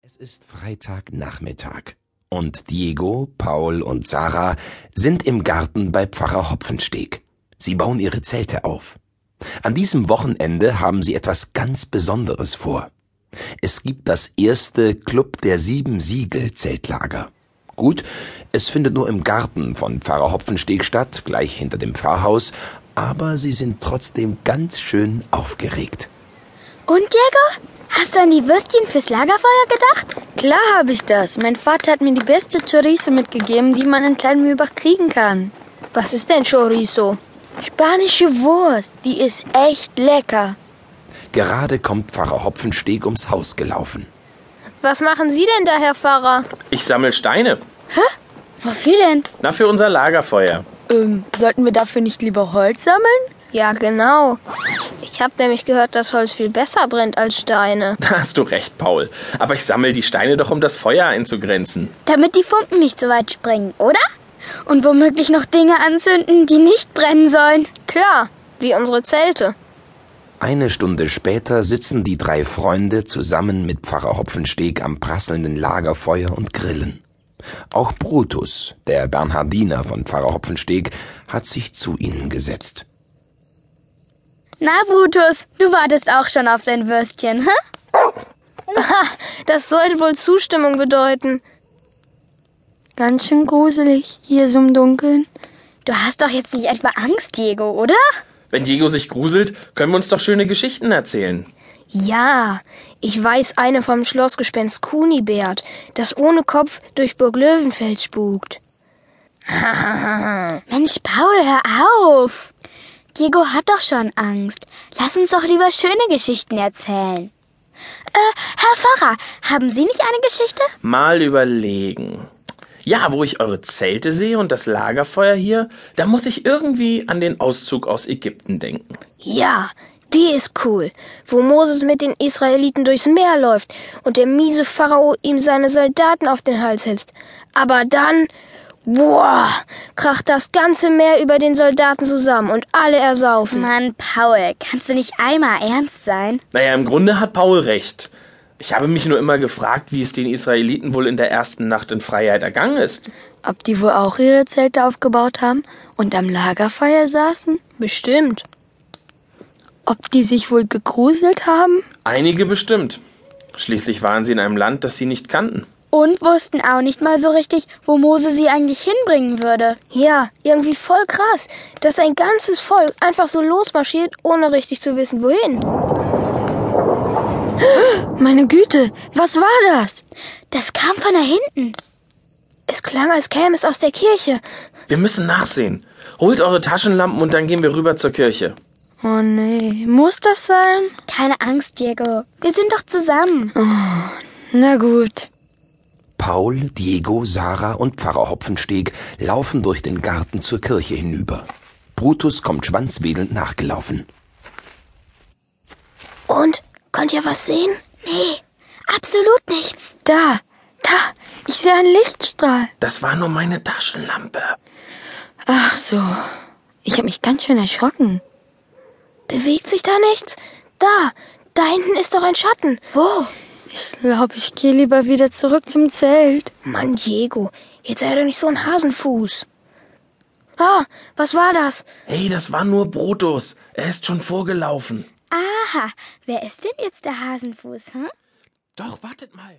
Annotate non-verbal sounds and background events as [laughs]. Es ist Freitagnachmittag und Diego, Paul und Sarah sind im Garten bei Pfarrer Hopfensteg. Sie bauen ihre Zelte auf. An diesem Wochenende haben sie etwas ganz Besonderes vor. Es gibt das erste Club der Sieben Siegel Zeltlager. Gut, es findet nur im Garten von Pfarrer Hopfensteg statt, gleich hinter dem Pfarrhaus, aber sie sind trotzdem ganz schön aufgeregt. Und Diego? Hast du an die Würstchen fürs Lagerfeuer gedacht? Klar habe ich das. Mein Vater hat mir die beste Chorizo mitgegeben, die man in Kleinmühlbach kriegen kann. Was ist denn Chorizo? Spanische Wurst, die ist echt lecker. Gerade kommt Pfarrer Hopfensteg ums Haus gelaufen. Was machen Sie denn da, Herr Pfarrer? Ich sammle Steine. Wofür denn? Na, für unser Lagerfeuer. [laughs] Ähm, sollten wir dafür nicht lieber Holz sammeln? Ja, genau. Ich habe nämlich gehört, dass Holz viel besser brennt als Steine. Da hast du recht, Paul. Aber ich sammle die Steine doch, um das Feuer einzugrenzen. Damit die Funken nicht so weit springen, oder? Und womöglich noch Dinge anzünden, die nicht brennen sollen. Klar, wie unsere Zelte. Eine Stunde später sitzen die drei Freunde zusammen mit Pfarrer Hopfensteg am prasselnden Lagerfeuer und grillen. Auch Brutus, der Bernhardiner von Pfarrer Hopfensteg, hat sich zu ihnen gesetzt. Na, Brutus, du wartest auch schon auf dein Würstchen, hä? Das sollte wohl Zustimmung bedeuten. Ganz schön gruselig, hier so im Dunkeln. Du hast doch jetzt nicht etwa Angst, Diego, oder? Wenn Diego sich gruselt, können wir uns doch schöne Geschichten erzählen. Ja, ich weiß eine vom Schlossgespenst Kunibert, das ohne Kopf durch Burg Löwenfeld spukt. Mensch, Paul, hör auf! Diego hat doch schon Angst. Lass uns doch lieber schöne Geschichten erzählen. Äh, Herr Pfarrer, haben Sie nicht eine Geschichte? Mal überlegen. Ja, wo ich eure Zelte sehe und das Lagerfeuer hier, da muss ich irgendwie an den Auszug aus Ägypten denken. Ja, die ist cool, wo Moses mit den Israeliten durchs Meer läuft und der miese Pharao ihm seine Soldaten auf den Hals hetzt. Aber dann, boah, kracht das ganze Meer über den Soldaten zusammen und alle ersaufen. Mann, Paul, kannst du nicht einmal ernst sein? Naja, im Grunde hat Paul recht. Ich habe mich nur immer gefragt, wie es den Israeliten wohl in der ersten Nacht in Freiheit ergangen ist. Ob die wohl auch ihre Zelte aufgebaut haben und am Lagerfeuer saßen? Bestimmt. Ob die sich wohl gegruselt haben? Einige bestimmt. Schließlich waren sie in einem Land, das sie nicht kannten. Und wussten auch nicht mal so richtig, wo Mose sie eigentlich hinbringen würde. Ja, irgendwie voll krass, dass ein ganzes Volk einfach so losmarschiert, ohne richtig zu wissen, wohin. Meine Güte, was war das? Das kam von da hinten. Es klang, als käme es aus der Kirche. Wir müssen nachsehen. Holt eure Taschenlampen und dann gehen wir rüber zur Kirche. Oh nee, muss das sein? Keine Angst, Diego. Wir sind doch zusammen. Na gut. Paul, Diego, Sarah und Pfarrer Hopfensteg laufen durch den Garten zur Kirche hinüber. Brutus kommt schwanzwedelnd nachgelaufen. Und? Könnt ihr was sehen? Nee, absolut nichts. Da, da, ich sehe einen Lichtstrahl. Das war nur meine Taschenlampe. Ach so. Ich habe mich ganz schön erschrocken. Bewegt sich da nichts? Da, da hinten ist doch ein Schatten. Wo? Ich glaube, ich gehe lieber wieder zurück zum Zelt. Mann, Diego, jetzt sei doch nicht so ein Hasenfuß. Ah, was war das? Hey, das war nur Brutus. Er ist schon vorgelaufen. Aha, wer ist denn jetzt der Hasenfuß, hm? Doch, wartet mal.